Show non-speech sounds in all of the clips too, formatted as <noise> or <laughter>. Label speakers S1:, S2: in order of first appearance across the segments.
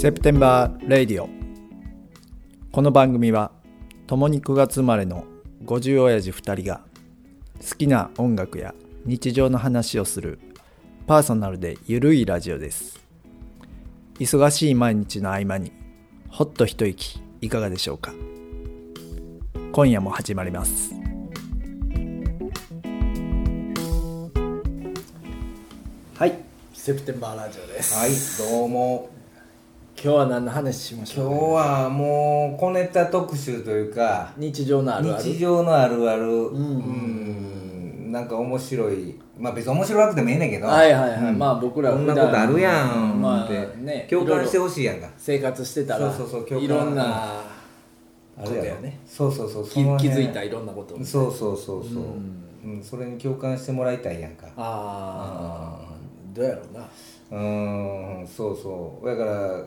S1: セプテンバー・レイディオこの番組は共に9月生まれの50親父2人が好きな音楽や日常の話をするパーソナルでゆるいラジオです忙しい毎日の合間にほっと一息いかがでしょうか今夜も始まりますはいセプテンバーラジオです
S2: はい、どうも。
S1: 今日は何の話しまし
S2: 今
S1: ょう
S2: 日
S1: かね、
S2: はもう小ネタ特集というか、
S1: 日常のあるある
S2: 日常のあるある、うんん、なんか面白い、まあ別に面白くてもええねんけど、
S1: はいはいはい、
S2: うん
S1: まあ僕ら
S2: こ
S1: 普
S2: ん
S1: 段
S2: なことあるやん、
S1: ま
S2: って
S1: あね
S2: 共感して
S1: いろいろ
S2: ほしいやんか。
S1: 生活してたら
S2: そうそうそう共感
S1: いろんなこと
S2: あれ
S1: や
S2: ろ
S1: ね。
S2: そうそうそう、
S1: き
S2: その
S1: 気
S2: 辺
S1: づいたいろんなこと
S2: そうそうそうそ
S1: う
S2: う、
S1: ん
S2: うん、それに共感してもらいたいやんか。
S1: ああどうやろうな
S2: うーんそうそうだから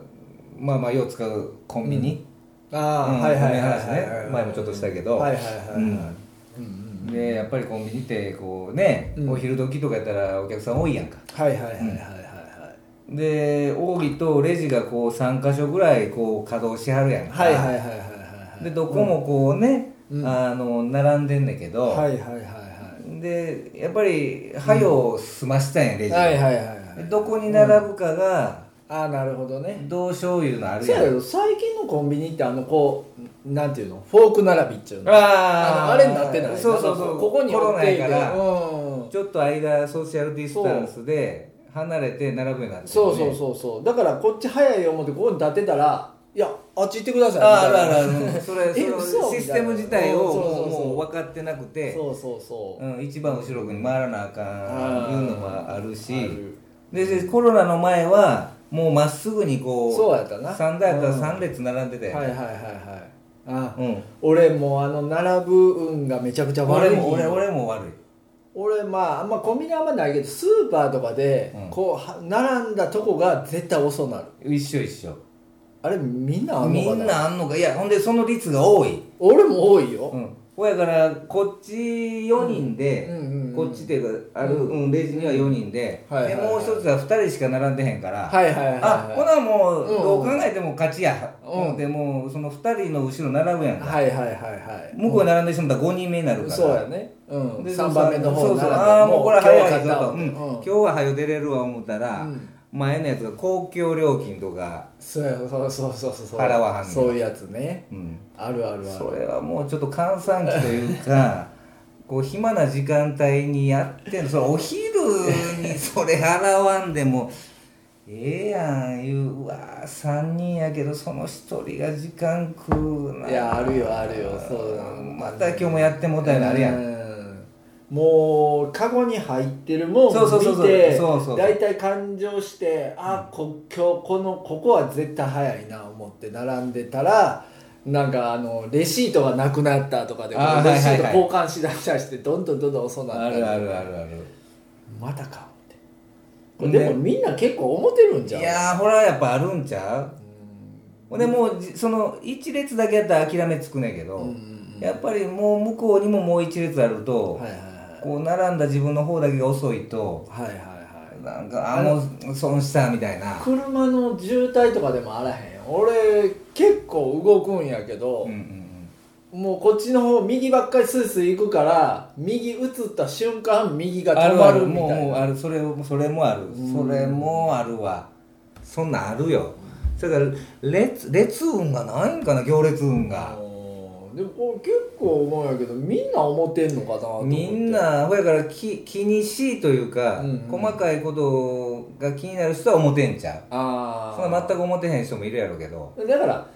S2: まあまあよう使うコンビニ、
S1: あー
S2: うん
S1: はいはい
S2: コンビニの話
S1: はいはいはい
S2: ね前もちょっとしたけど
S1: はいはいはいはい
S2: うんでやっぱりコンビニってこうね、
S1: うん
S2: お昼時とかやったらお客さん多いやんか
S1: はいはいはいはいはい
S2: で多いとレジがこう3箇所ぐらいこう稼働しはるやんか
S1: はいはいはいはいはいはい
S2: でどこもこう
S1: う
S2: ね、
S1: ん
S2: あの並んでんだけど、
S1: はいはいはいは
S2: でやっぱり早を済ましたんや、レジ
S1: い
S2: が、
S1: はいはいはい
S2: でどこに並ぶかが、
S1: ああなるほどね
S2: どう醤油のある
S1: そう
S2: や
S1: や
S2: ん
S1: けど最近のコンビニってあのこうなんていうのフォーク並びっていうのあ
S2: あ
S1: のあれになってない
S2: そうそうそう
S1: ここに
S2: コロ
S1: 置い
S2: ナ
S1: てい
S2: や
S1: て
S2: から、
S1: うん
S2: ちょっと間ソーシャルディスタンスで離れて並ぶようになってる
S1: そうそう
S2: う
S1: そうそうだからこっち早い思ってここに立てたらいやあっち行ってください
S2: ああ
S1: みたい
S2: る
S1: な
S2: あるあるそれ
S1: え
S2: その
S1: 嘘
S2: システム自体を
S1: そうそうそう
S2: もうもう分かってなくて
S1: そうそうそう、
S2: うん、一番後ろに回らなあかんいうのもあるし
S1: ある
S2: ででコロナの前はもうまっすぐにこう
S1: そうやったな
S2: 3台やったら3列並んでた
S1: はいはい
S2: や
S1: はいはいあ、
S2: ん、うん、
S1: 俺もうあの並ぶ運がめちゃくちゃ悪い
S2: 俺も俺俺も悪い
S1: 俺まああんまコンビニあんまないけどスーパーとかで
S2: うん
S1: こうは並んだとこが絶対遅なる
S2: 一緒一緒
S1: あれみんなあんの
S2: み
S1: かなん
S2: なあんのかいやほんでその率が多い
S1: 俺も多いよ、
S2: うん、ほやからこっち4人で、
S1: うんうんうん
S2: こっちっていうかある、
S1: う
S2: うんレジには4人で,、
S1: はいはいはい
S2: でもう一つは2人しか並んでへんから、
S1: はいはいはいはい
S2: あほなもう、
S1: うんうん
S2: どう考えても勝ちや、
S1: うん
S2: でもうその2人の後ろ並ぶやんか、
S1: はいはいはいはい
S2: 向こうに並んでしまったら5人目になるから、
S1: そうやね、うん、
S2: で
S1: 3番目の方
S2: そう
S1: 並んで
S2: そうああもうこれ早い
S1: 今日
S2: ぞ
S1: は勝
S2: と、う
S1: った
S2: ん
S1: わ
S2: 今日は早出れるわ思ったら、
S1: うん
S2: 前のやつが公共料金とか、
S1: そうやそうそうそうそう
S2: 払わはんねん
S1: そういうやつね
S2: うん、
S1: あるあるあ
S2: そ
S1: る
S2: れはもうちょっと閑散期という <laughs> かこう暇な時間帯にやってんのそれお昼にそれ払わんでもええやんいううわ3人やけどその1人が時間食うない
S1: やあるよあるよそう
S2: また今日もやってもうたようになるやん
S1: うんもうカゴに入ってるもん
S2: そうそうそう
S1: 見
S2: そう
S1: て
S2: そうそうそう
S1: 大体感情してあこ今日このここは絶対早いな思って並んでたらなんかあのレシートがなくなったとかでレシ
S2: あーはい
S1: ー
S2: はい
S1: ト
S2: はい
S1: 交換しだしたりしてどんどんどんどん遅なったり
S2: あるある
S1: またかってこれでも
S2: ね
S1: みんな結構思ってるん
S2: い
S1: じゃん
S2: やーほらやっぱあるんちゃうほんでもうじその1列だけやったら諦めつくねんけど、
S1: うんうんうん
S2: やっぱりもう向こうにももう1列あると、
S1: はいはいはい
S2: こう並んだ自分の方だけが遅いと
S1: はいはいはい
S2: なんかあもう損したみたいな、
S1: 車の渋滞とかでもあらへん俺結構動くんやけど、
S2: うんうん
S1: もうこっちの方右ばっかりスイスイ行くから右移った瞬間右が止まるみ
S2: もう
S1: たい
S2: もう
S1: な
S2: あるそれもそれもある
S1: ん
S2: それもあるわそんなんあるよだから列列運がないんかな行列運が
S1: うんでも俺結構思うんやけどみんな思ってんのかなと思って
S2: みんなほやからき気にしいというか、
S1: うんうん
S2: 細かいことが気になる人は思てんちゃう
S1: あ
S2: そ
S1: あ
S2: んな全く思てへん人もいるやろうけど
S1: だから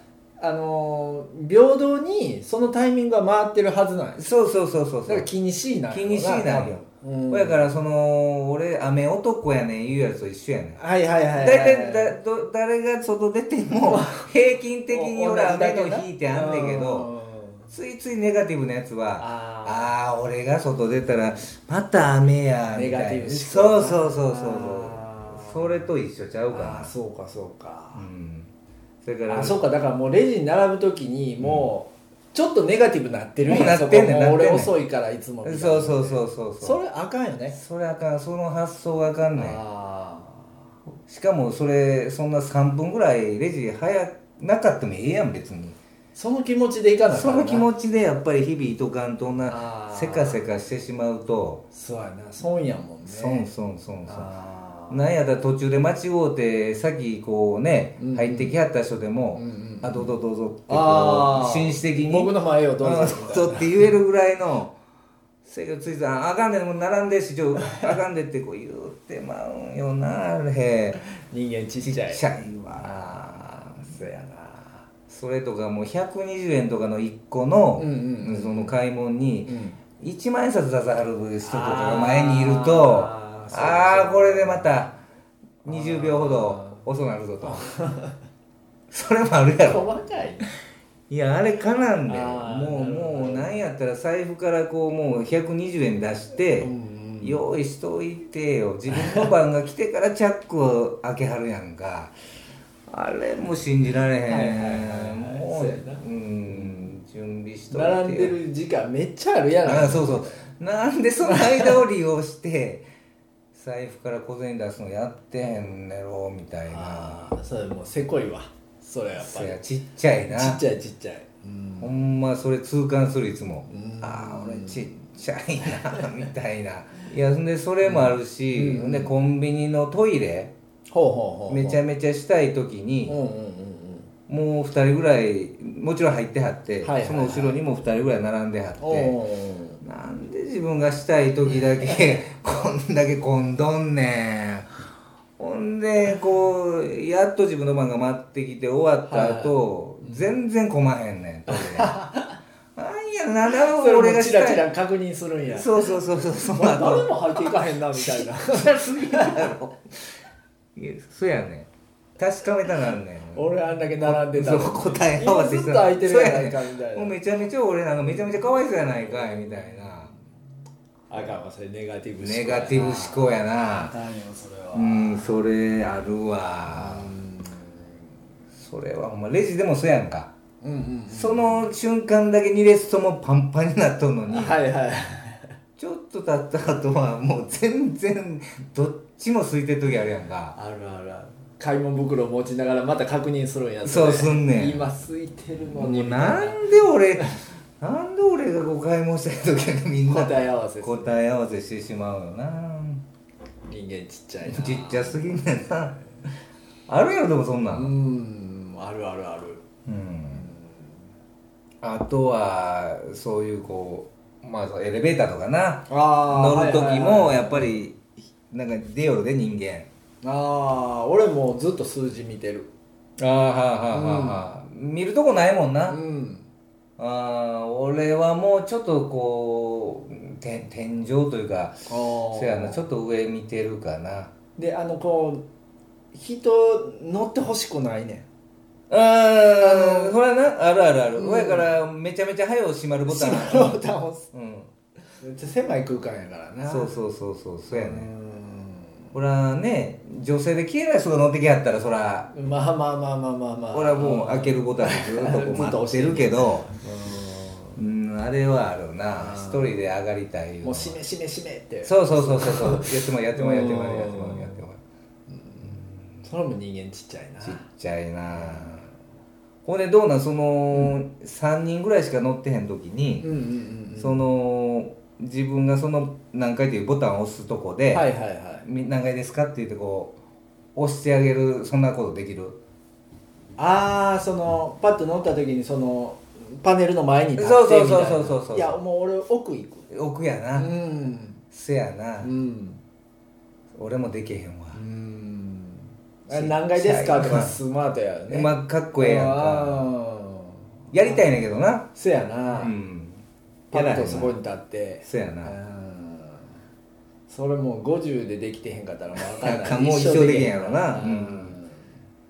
S1: あのー平等にそのタイミングが回ってるはずなんや
S2: そうそうそうそう
S1: だ
S2: そ
S1: か
S2: う
S1: ら気にしいなんやろ
S2: 気にしいなんよ
S1: 多分うん
S2: ほやからその俺雨男やねん言うやつと一緒やねん
S1: はいはいはいはい
S2: 大体だど誰が外出ても平均的に俺は雨の日ってあんねんけどついついネガティブなやつは
S1: あ
S2: ああー俺が外出たらまた雨や
S1: あ
S2: み
S1: ネガ
S2: た
S1: テ
S2: い
S1: ィ
S2: な
S1: ブ
S2: そうそうそうそう
S1: あー
S2: そうそれと一緒ちゃうか
S1: ああ
S2: な
S1: そうかそうか
S2: うんそれから
S1: あそうかだからもうレジに並ぶ時にもうちょっとネガティブなってるん
S2: もう
S1: や
S2: な
S1: そ
S2: っ
S1: こ
S2: てんねん
S1: もう
S2: なって
S1: 俺
S2: んねん
S1: 遅いからいつもみたいな
S2: そうそうそうそう
S1: そうれあかんよね
S2: それあかんその発想があかんねん
S1: あ
S2: しかもそれそんな3分ぐらいレジ早なかったもええやん別に
S1: その気持ちでいかなあか
S2: そ
S1: んな
S2: の気持ちでやっぱり日々いとかんとな
S1: あー
S2: せかせかしてしまうと
S1: そうやな損やもんね
S2: 損損損損
S1: あー
S2: なんやったら途中で間違うて先こうね
S1: うん
S2: 入ってきはった人でも
S1: うんうん
S2: 「あどうぞどうぞ」ってこう
S1: あー
S2: 紳士的に
S1: 僕の前をどう
S2: <laughs>
S1: ぞ
S2: あどうぞって言えるぐらいの制御ついてたああかんでもう並んでしちょあかんでってこう言うてまうんよなあれ
S1: 人間ちっちゃい
S2: ちっちゃいわ
S1: ああそうやな
S2: それとかもう120円とかの1個
S1: う
S2: の、
S1: んうんうん
S2: その買い物に
S1: うん
S2: 1万円札出さはる人とかが
S1: あー
S2: 前にいると
S1: あーそう
S2: ああ
S1: そう
S2: これでまた20秒ほど遅なるぞと <laughs> それもあるやろ
S1: 細かい
S2: <laughs> いやあれかなんで
S1: あー
S2: もう
S1: なるほど
S2: もうなんやったら財布からこうもう120円出して、
S1: うんうん
S2: 用意しといてよ自分の番が来てからチャックを開けはるやんか <laughs> あれも信じられ
S1: はいはいは
S2: へん
S1: いはい
S2: も
S1: そう
S2: う
S1: やな
S2: うん準備しといてよ
S1: 並んでる時間めっちゃあるや
S2: あ
S1: な
S2: そうそうなんでその間を利用して財布から小銭出すのやってへんねろみたいな
S1: ああそれもうせこいわそれやっぱ
S2: そ
S1: り
S2: やちっちゃいな
S1: ちっちゃいちっちゃいうん
S2: ほんまそれ痛感するいつも
S1: うん
S2: ああ俺ちっちゃいなみた
S1: <laughs>
S2: いないやほんでそれもあるし、
S1: うん
S2: ほんでコンビニのトイレ
S1: ほうほうほうほう
S2: めちゃめちゃしたい時に
S1: うんうんうん
S2: もう2人ぐらいもちろん入ってはっ
S1: は
S2: て、
S1: いはいはい
S2: その後ろにも2人ぐらい並んではって
S1: うんおー
S2: なんで自分がしたい時
S1: <laughs>
S2: だけこんだけ混んどんねんほんでこうやっと自分の番が待ってきて終わった後、全然困まへんねんトイレ
S1: <laughs>
S2: なんやなんだろう
S1: それ
S2: 俺
S1: も
S2: が
S1: チ
S2: し
S1: ラチ
S2: たい
S1: ラ確認するんや
S2: そうそうそうそ
S1: <laughs>
S2: うそう
S1: あれ誰も入っていかへんなみたいな
S2: 辛すぎるやろいやそうやねん確かめたなんねん
S1: 俺あんだけ並んでたのに
S2: そう答え合わせ
S1: ずっと
S2: の
S1: 空いてるやないかみ
S2: そう
S1: た
S2: やねん
S1: い
S2: もう
S1: な
S2: めちゃめちゃ俺なんかめちゃめちゃ可哀想やないかいみたいな
S1: あかんわそれネガティブ思考
S2: ネ
S1: やな
S2: ガティブ思考や
S1: あ
S2: な
S1: かんよそれは
S2: うんそれあるわそれはほんまレジでもそうやんか
S1: うんうん
S2: その瞬間だけ2列ともパンパンになっとんの
S1: うん
S2: に
S1: はいはい
S2: ちょっと経った後はもう全然どっちも空いてる時あるやんか
S1: あるあるある買い物袋を持ちながらまた確認するんや
S2: そう
S1: れ
S2: すんねん
S1: 今空いてる
S2: も
S1: の
S2: う
S1: に
S2: なんで俺なんで俺がこう買い物したい時だけみんな
S1: 答え合わせする
S2: 答え合わせしてしまうよな
S1: 人間ちっちゃいな
S2: ちっちゃすぎんねんなあるやろでもそんなん
S1: うんあるあるある
S2: うんあとはそういうこうまあエレベーターとかな乗
S1: あー
S2: る時
S1: はいはい
S2: も
S1: はい
S2: やっぱりなんか出よるで人間
S1: ああ俺もうずっと数字見てる
S2: ああはあ
S1: はあ
S2: あ見るとこないもんな、
S1: うん
S2: ああ俺はもうちょっとこうて天井というか
S1: そ
S2: そやなちょっと上見てるかな
S1: であのこう人乗ってほしくないね
S2: あーあのほらなあるあるある、
S1: うん
S2: 上からめちゃめちゃ早う閉まる
S1: ん
S2: ボタン
S1: ボタン押す
S2: うん
S1: <laughs> めっちゃ狭い空間やからな
S2: そうそうそうそうそうやね、
S1: ね
S2: ほらね女性で綺麗な人が乗ってきはったらそら
S1: まあまあまあまあまあまあ
S2: 俺はもう開けるボタンで
S1: <laughs>
S2: ずっとこ
S1: ず
S2: う
S1: っと
S2: 待
S1: 押
S2: っ
S1: して
S2: てるけど
S1: う
S2: うんあれはあるな
S1: あー
S2: 一人で上がりたい
S1: ん
S2: よ
S1: もうしめしめしめって
S2: そうそうそうそう
S1: <laughs>
S2: そうやってもらうやってもらうやっても
S1: うん
S2: らうやってもらうやってもらう
S1: それも人間ちっちゃいな
S2: ちっちゃいなほんでどうなんその、3人ぐらいしか乗ってへん時に
S1: うん、うんうんうん
S2: その自分がその何回というボタンを押すとこで、
S1: はいはいはい
S2: み何回ですかって言ってこう押してあげるそんなことできる
S1: ああそのパッと乗った時にそのパネルの前に立って
S2: そうそう
S1: みたいな
S2: そうそうそうそう
S1: いやもう俺奥行く
S2: 奥や
S1: う
S2: な、
S1: ん
S2: せやな、
S1: うん
S2: 俺もできへんわ
S1: う、んあれ何階ですかとかスマートやよね
S2: まあかっこええやん
S1: あ
S2: か
S1: ー
S2: やりたいねんけどな
S1: せやな、
S2: うん
S1: パ
S2: やら
S1: ッ
S2: へん
S1: と
S2: わ
S1: そこに立って
S2: せや
S1: う
S2: なん
S1: それもう50でできてへんかったらもうあかん
S2: なん
S1: な
S2: か
S1: い
S2: もう一生できへんやろ
S1: う
S2: なうん
S1: ん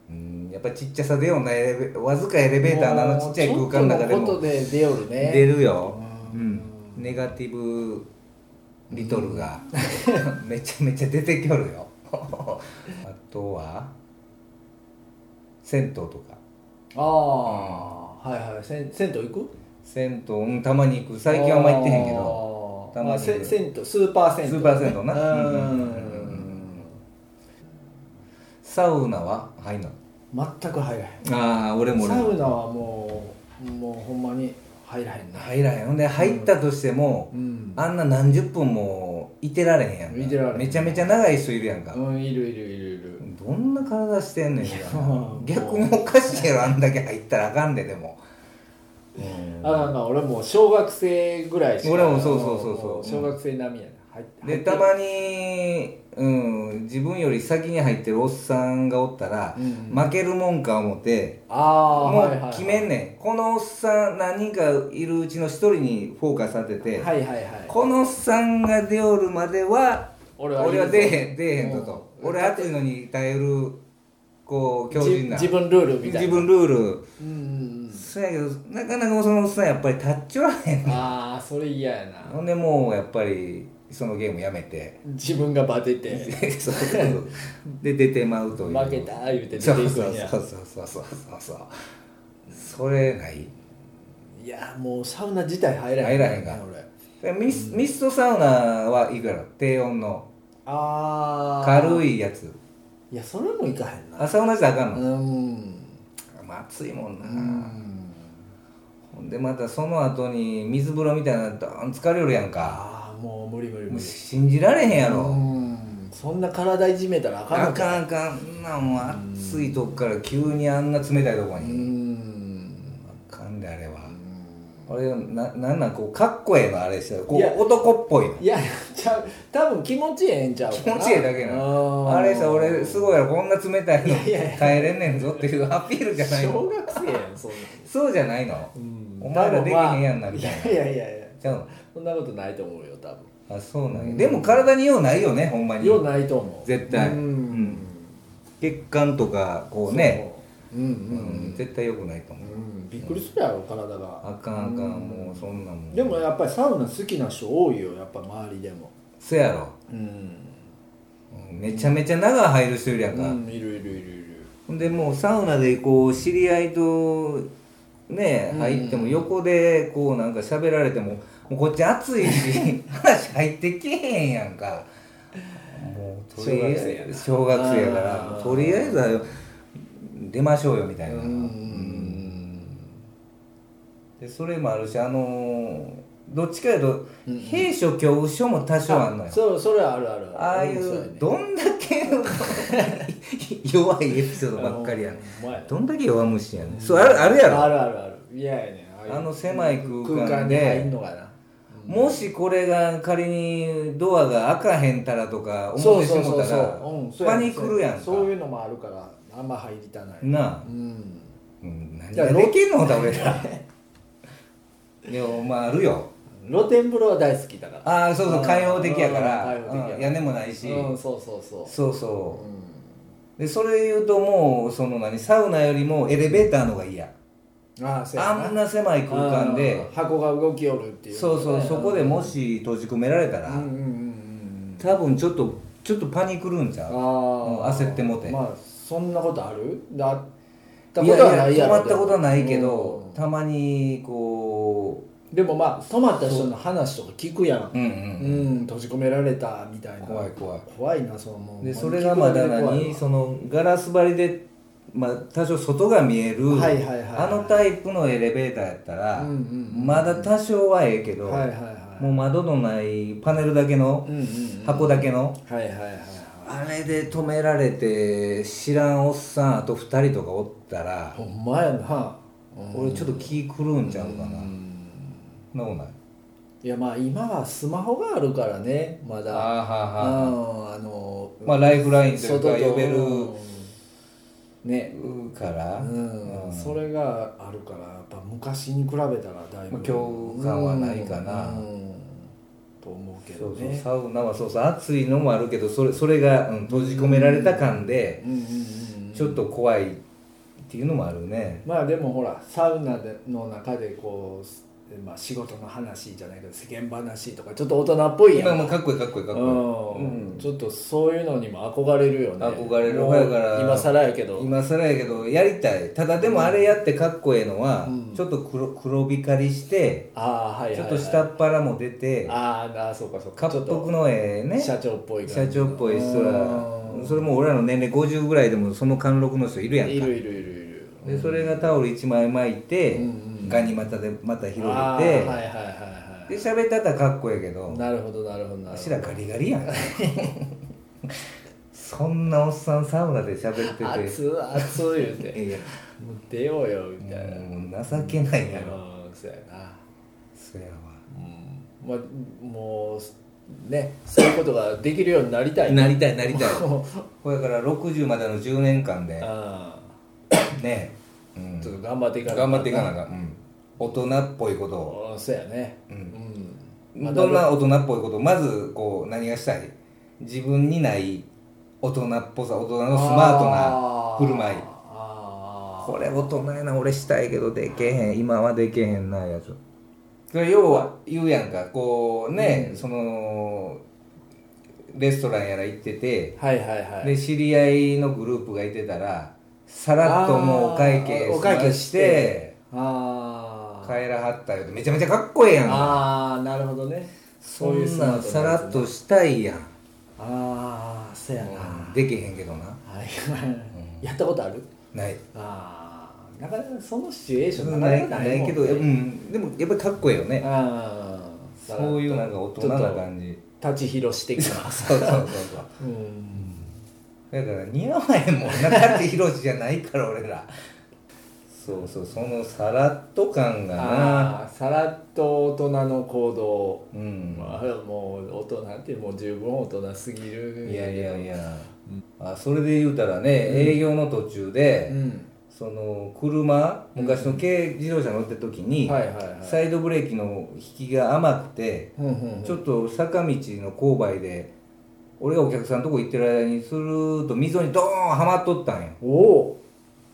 S2: うんやっぱちっちゃさでようなエレベわずかエレベーターのあのちっちゃい空間の中で
S1: ちょっとのこと
S2: も
S1: で出よるね
S2: 出るよ、
S1: う
S2: うんん、ネガティブリト
S1: <laughs>
S2: ルがめちゃめちゃ出てきょるよあとは銭湯とか
S1: ああはいはいせん銭湯行く
S2: 銭湯、うん、たまに行く最近はあんま行ってへんけど
S1: ど
S2: たまに行く
S1: 銭湯スーパー銭湯
S2: スーパー銭湯な
S1: うん
S2: うんうんうんうんサウナは入んの
S1: 全く入らへん
S2: ああ俺も俺
S1: サウ
S2: も
S1: ナはもうもうほんまに入らへんな、
S2: 入らへんほんで入ったとしても
S1: う、ん、
S2: あんな何十分もいてられへんやんか
S1: いてられへん
S2: めちゃめちゃ長い人いるやんか、
S1: うん、いるいるいるいる
S2: どんな体してんねん
S1: いや
S2: 逆もおかしいやろあんだけ入ったらあかんででも、うん
S1: あかんあかん俺もう小学生ぐらいしか
S2: 俺もそうそうそうそう
S1: も小学生並みやな入って
S2: で
S1: 入って
S2: たまに、うん、自分より先に入ってるおっさんがおったら、
S1: うん
S2: 負けるもんか思って
S1: ああ
S2: も
S1: はいはいう
S2: 決めんねん、このおっさん何人かいるうちの一人にフォーカス当てて、
S1: はいはいはい
S2: このおっさんが出おるまでは
S1: 俺
S2: 俺
S1: は
S2: は出えへん出えへんとと
S1: うん
S2: 俺暑いのに耐えるこう強
S1: じ
S2: 靭な
S1: 自分ルールみたいな
S2: 自分ルール
S1: うんうんうん
S2: そやけどなかなかそのおっさんやっぱり立っちょらへん
S1: ああそれ嫌やな
S2: ほんでもうやっぱりそのゲームやめて <laughs>
S1: 自分がバテて
S2: そうそうそうで出てまうという
S1: 負けたー言うて出
S2: そう
S1: ていく
S2: そ
S1: ん
S2: う
S1: や
S2: そうそうそうそうそうそれない
S1: いやもうサウナ自体入らへん
S2: 入らへんか
S1: 俺
S2: でミスミストサウナはいくら低温の
S1: ああ
S2: 軽
S1: い
S2: いやつ
S1: いやそれもいかへんな
S2: あサウナじゃあかんの
S1: うん
S2: まあ暑いもんな、
S1: うん
S2: ほんでまたその後に水風呂みたいなのドーン疲れるやんか
S1: ああもう無理無理無
S2: もう
S1: 理
S2: 信じられへんや
S1: う
S2: ろ
S1: んそんな体いじめたらあかん
S2: あ
S1: の
S2: か
S1: か
S2: んあかんなんもう暑いとこから急にあんな冷たいとこ
S1: う
S2: に、
S1: ん
S2: あかんであれ
S1: う
S2: は
S1: ん
S2: あれななんなんこうかっこええのあれしてるこ
S1: いや
S2: う男っぽいの
S1: いやちゃう多分気持ちええんちゃう
S2: 気持ちええだけな
S1: の
S2: あれさ俺すごいやろこんな冷たいの
S1: いやいやいや
S2: 耐えれんねんぞっていうアピールじゃない
S1: 小
S2: の
S1: 学生やんそんな
S2: そうじゃないの
S1: ん
S2: お前らできへんやんなみたいない
S1: やいやいや
S2: ちゃう
S1: そんなことないと思うよ多分
S2: のあそうなんや、でも体に用ないよねほんまに
S1: ようないと思う
S2: 絶対
S1: うん、
S2: うん血管とかこうね
S1: そううん
S2: う
S1: うん
S2: ん、絶対良くないと思う、
S1: うん、びっくりするやろ体が
S2: あかんあかん、もうそんなもん
S1: でもやっぱりサウナ好きな人多いよやっぱ周りでも
S2: そやろ
S1: うん、
S2: うんめちゃめちゃ長入る人いるやんか、
S1: うん、いるいるいるいる
S2: ほんでもうサウナでこう知り合いとね
S1: うん
S2: 入っても横でこうなんか喋られてももうこっち暑い
S1: <laughs>
S2: し話入ってけへんやんかもうとりあえず小学生やから
S1: あー
S2: とりあえずは出ましょうよみたいな、
S1: うん
S2: でそれもあるしあのーどっちかいうと
S1: うんうん
S2: 兵所恐怖症も多少あんのよ、
S1: そうそれはあるある
S2: ああい
S1: 俺もそう
S2: う
S1: ね
S2: どんだけ弱いエピソードばっかり
S1: <laughs>
S2: やねん
S1: ほんまやな
S2: どんだけ弱虫やねんそうあるあるやろ
S1: あるあるある嫌やねんああいう
S2: あの狭い空間で
S1: に入んのかな
S2: もしこれが仮にドアが開かへんたらとか思っ
S1: そう
S2: てし
S1: そう
S2: も
S1: そう
S2: た
S1: そう
S2: ら
S1: うんそう
S2: パ
S1: や
S2: ニクるやんか
S1: そういうのもあるからあんま入りたない
S2: なあ
S1: うん
S2: うん何
S1: いや
S2: ができんのだ俺ら <laughs> いやお前あるよ
S1: 露天風呂は大好きだから
S2: ああそうそう開放的やか
S1: う
S2: ら
S1: ん開放的やから
S2: うん屋根もないし
S1: うんそうそうそう
S2: そうそううんでそれ言うともうその何サウナよりもエレベーターの方が嫌
S1: ああそうや
S2: あんな狭い空間で
S1: ああ箱が動きよるっていう
S2: そうそうそこでもし閉じ込められた
S1: う
S2: ら
S1: んうんうんうん
S2: 多分ちょっとちょっとパニクるんちゃ
S1: あ
S2: う
S1: あ
S2: 焦ってもうて
S1: まあそんなことあるだったことはないや
S2: 止
S1: ろ
S2: まったことはないけ
S1: う
S2: ど
S1: ん
S2: たまにこ
S1: でもまあ泊まった人の話とか聞くやん
S2: ううん
S1: う
S2: う
S1: んん閉じ込められたみたいな
S2: 怖い怖い
S1: 怖いなそう思う
S2: でそれがまだ何そのガラス張りでまあ多少外が見える
S1: はいはいはいはい
S2: あのタイプのエレベーターやったら
S1: うんうんうん
S2: まだ多少はええけど
S1: はいはいはい
S2: もう窓のないパネルだけの
S1: うんうんうん
S2: 箱だけの
S1: はいはいはいはい
S2: あれで止められて知らんおっさんあと2人とかおったら
S1: ほんまやなうん
S2: 俺ちょっと気狂うんちゃうかなそんなことない
S1: いやまあ今はスマホがあるからねま
S2: あ
S1: だうん
S2: はは
S1: あの
S2: まあライフラインというか
S1: 外と
S2: 呼べる
S1: ね
S2: から
S1: うんそれがあるからやっぱ昔に比べたらだい
S2: まあ
S1: ぶ
S2: 共感はないかな
S1: うんと思うけ
S2: そ
S1: ど
S2: うそう
S1: ね
S2: サウナはそうそう暑いのもあるけどそれそれが、うん、閉じ込められた感で
S1: うんうんうんうん
S2: ちょっと怖いっていうのもあるね
S1: まあでもほらサウナでの中でこうでまあ、仕事の話じゃないけど世間話とかちょっと大人っぽいや
S2: 今
S1: ん
S2: もうかっこいいかっこいいかっこいい、
S1: うんちょっとそういうのにも憧れるよね
S2: 憧れる
S1: もう
S2: だから
S1: 今更やけど
S2: 今更やけどやりたいただでもあれやってかっこええのは、
S1: うん
S2: ちょっと黒黒光りして
S1: ああはいはい、
S2: ちょ
S1: は
S2: っ
S1: い、
S2: と下っ腹も出て
S1: あーあーそうかそうかちょ
S2: 恰
S1: っと
S2: 幅のええね
S1: 社長っぽい感
S2: 社
S1: じ
S2: 長っぽい人
S1: う
S2: は
S1: ん
S2: それも俺らの年齢50ぐらいでもその貫禄の人いるやんか
S1: いるいるいるいる
S2: でそれがタオル1枚巻いて、
S1: うんうん
S2: ガニ股でまた広げて、
S1: あーはいはいはい
S2: で喋ったらかっこええけ
S1: はい
S2: ど
S1: なるほどなるほどなる
S2: 足
S1: ほ
S2: らガリガリやんそんなおっさんサウナで喋
S1: ど
S2: って
S1: 熱い熱い言う
S2: て
S1: て
S2: いや
S1: もう出ようよみたいな
S2: もう情けないやろ
S1: うんそうやな
S2: そやわ
S1: うんまあもうねそういうことができるようになりたい
S2: なりたい
S1: <laughs>
S2: なりたい
S1: も
S2: これから60までの10年間
S1: う
S2: で
S1: あ
S2: ね、う
S1: ー
S2: ん
S1: ちょっと頑張っていか
S2: 頑張っていかな
S1: あ
S2: あかん、うん、大人っぽいことを
S1: かんそうやね
S2: うん
S1: うん
S2: どんな大人っぽいことまずこう何がしたい自分にない大人っぽさ大人のスマートな振る舞い
S1: あー
S2: これ大人やな俺したいけどでけへん今はでけへんなやつそれ要は言うやんかこうね、
S1: うん
S2: そのレストランやら行ってて、
S1: はいはいはい
S2: で知り合いのグループがいてたらさらっともうお会計
S1: あーお会計
S2: 済まして
S1: あー
S2: 帰らはったよってめちゃめちゃかっこええやんか
S1: あーなるほどね
S2: そんなん
S1: ス
S2: さ
S1: マートな
S2: ら
S1: やつね
S2: っとしたいやん
S1: ああそうやな、
S2: うんできへんけどな
S1: はい、やったことある
S2: ない
S1: ああなかなかそのシチュエーションな
S2: な
S1: か
S2: い
S1: なか
S2: な
S1: ない
S2: い
S1: もん
S2: けど、うん、でもやっぱりかっこいいよね
S1: ああ
S2: そういうなんか大人な感じ
S1: 立ち広してきた
S2: そうそうそうそう
S1: うん
S2: だから似合わへんもん中地宏じゃないから俺らそうそうそのさらっと感がな
S1: ああさらっと大人の行動
S2: うん、
S1: まあもう大人ってもう十分大人すぎる
S2: いやいやいや、あそれで言うたらね、営業の途中で、
S1: うん
S2: その車昔の軽自動車乗ってる時に、
S1: はいはいはい
S2: サイドブレーキの引きが甘くて、
S1: うんうんうん
S2: ちょっと坂道の勾配で俺がお客さんのとこ行ってる間にすると溝にドーンはまっとったんよ
S1: おお
S2: ほ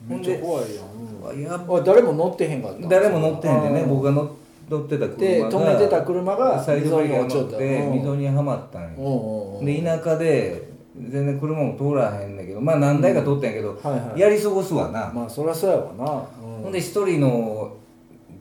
S1: め
S2: ん
S1: っち
S2: で
S1: ゃ怖いやん
S2: うわやっ
S1: あ誰も乗ってへんかった
S2: 誰も乗ってへんでね
S1: あー
S2: 僕が乗乗ってた車が
S1: で止めてた車が
S2: サイドブレーキが
S1: 溝に落ち
S2: 乗
S1: ち
S2: っ
S1: ゃった
S2: て
S1: うん
S2: 溝にはまったん
S1: う
S2: よ
S1: んうんうん
S2: で田舎で全然車も通らへんだけどまあ何台か通ったんやけど、
S1: はいはい
S2: やり過ごすわな、
S1: まあそりゃそうやわな、うん、
S2: ほんで一人の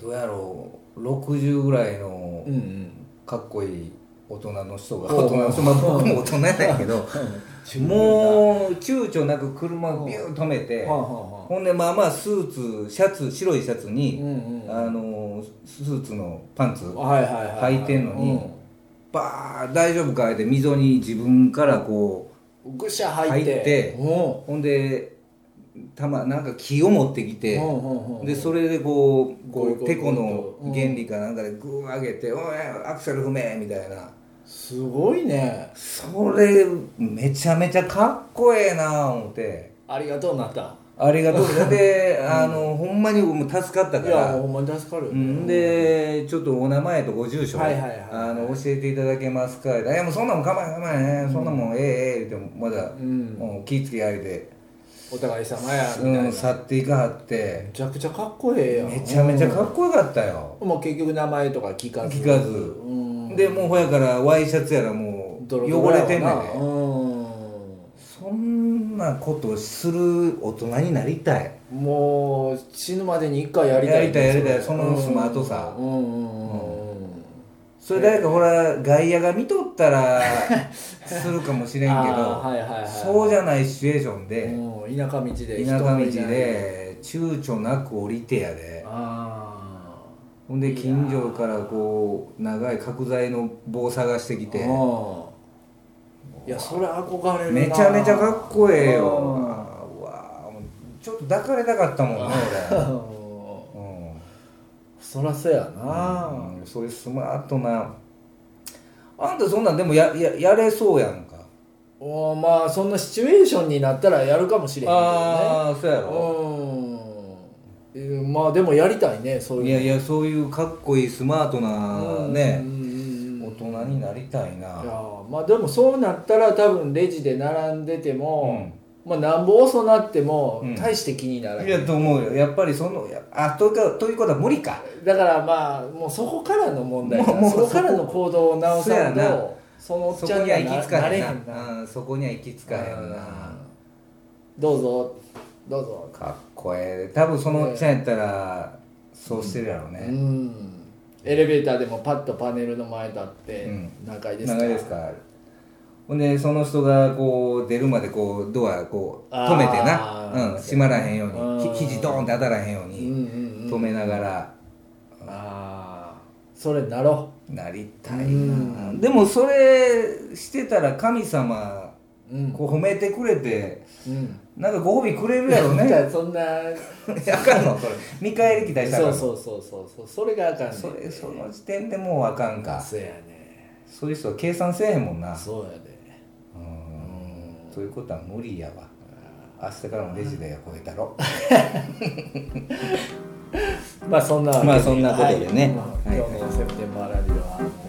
S2: どうやろう60ぐらいの
S1: うんうん
S2: かっこいい大人の人が
S1: おう
S2: 大人の人まあ僕も大人やないけど
S1: <laughs>
S2: もう躊躇なく車をビューッと止めて
S1: はあは
S2: ほんでまあまあスーツシャツ白いシャツ
S1: あ
S2: に、
S1: うんうん
S2: あのスーツのパンツ
S1: はいはいはい
S2: 履いてんのにバー大丈夫かって溝に自分からこ
S1: うんぐしゃ入って
S2: 入ってう
S1: う
S2: ほんでたまなんか木を持ってきて
S1: んうんうんうん
S2: でそれでこう
S1: ゴイ
S2: こ
S1: ゴ
S2: う
S1: イ
S2: てこ
S1: う
S2: の
S1: ん
S2: 原理かなんかでグー上げて「おいアクセル踏め」みたいな
S1: すごいね
S2: それめちゃめちゃかっこええな思って
S1: ありがとうなった
S2: ありがとう
S1: <laughs>
S2: であのほんまにもう助かった
S1: い
S2: か
S1: や
S2: ら
S1: もうほんまに助かるよ
S2: う
S1: ね
S2: ん、でちょっとお名前とご住所、
S1: はいはいはい
S2: あの教えていただけますか?」いやもうそんなもん構えん構えんそんなもんええええ」言ってまだ、
S1: ん
S2: もう気ぃ付けありで、
S1: お互い様やみた
S2: う
S1: いな、
S2: ん、
S1: め
S2: 去っていかはって
S1: ちゃくちゃかっこええやん
S2: めちゃめちゃかっこよかったよ、
S1: もう結局名前とか聞かず
S2: 聞かず
S1: うん
S2: でもうほやからワイシャツやらもう
S1: ドロドロ
S2: 汚れてんね
S1: や
S2: ん
S1: わな
S2: で
S1: うん
S2: そんなことする大人になりたい
S1: もう死ぬまでに一回やりたいね
S2: やりたいやりたい
S1: れ
S2: そのスマートさ
S1: うんうんうんうん
S2: それ誰かほら外野が見とっ
S1: <laughs>
S2: たらするかもしれんけ
S1: あーはいはいはいは
S2: ど
S1: い
S2: そうじゃないシチュエーションで、
S1: うん田舎道で
S2: 田舎
S1: の
S2: 道
S1: いない
S2: で躊躇なく降りてやで
S1: あ
S2: ほんで近所からこう長い角材の棒探してき
S1: あ
S2: て
S1: いやそれ憧れるな
S2: めちゃめちゃかっこええよ
S1: うん
S2: あーうわーちょっと抱かれたかったもんね
S1: うん
S2: 俺、
S1: <laughs>
S2: うん
S1: そらそうやな
S2: うんそういうスマートなあんたそんなんでもやややれそうやんか
S1: おまあそんなシチュエーションになったらやるかもしれへんけど
S2: ああそうやろ
S1: ねうんうんまあでもやりたいねそう
S2: い
S1: いう
S2: やいやそういうかっこいいスマートな
S1: うん
S2: ね
S1: うんうんう
S2: 大
S1: ん
S2: 人になりたいない
S1: やまあでもそうなったら多分レジで並んでても、まあ、なんぼ遅なっても
S2: うん
S1: 大して気にならない、
S2: いやと思うよやっぱりそのやあというかということは無理か
S1: だからまあもうそこからの問題だ
S2: もうもう
S1: そこからの行動を直さん
S2: そうやな
S1: とそのおっ
S2: そ
S1: ちゃ
S2: こ
S1: ん
S2: に
S1: に
S2: は
S1: は
S2: 行き着
S1: な
S2: か
S1: なれ
S2: へ
S1: へ
S2: ん
S1: んな
S2: な、うん、そこには行き着かへんな
S1: どうぞどうぞ
S2: かっこええ多分そのおっちゃんやったらそうしてるやろう
S1: う
S2: ね、
S1: んエレベーターでもパッとパネルの前立って、
S2: うん
S1: 何階ですか
S2: 長いですかほんでその人がこう出るまでこうドアこう止めて
S1: あ
S2: な、
S1: ー
S2: うん、閉まらへんよう
S1: うん
S2: にひ肘ドーンって当たらへんよう
S1: う
S2: に
S1: んうんう
S2: 止
S1: ん
S2: めながら
S1: ああそれなろ
S2: なりたいな、
S1: うん
S2: でもそれしてたら神様
S1: ううん
S2: こう褒めてくれて
S1: うん
S2: なんかご褒美くれるやろね
S1: <laughs> だからそんな
S2: <laughs> あかんのそれ見返り期待した
S1: そ
S2: ら
S1: うそうそうそうそうそれがあかんねん
S2: それその時点でもうあかんか
S1: そうやね
S2: そういう人は計算せえへんもんな
S1: そうやで
S2: う
S1: うんん
S2: ということは無理やわ明日からのレジで吠えたろ
S1: まあそんなわけ
S2: まあそんなことでね
S1: はいまあ
S2: はい
S1: 今日のセプテンバーラジオはも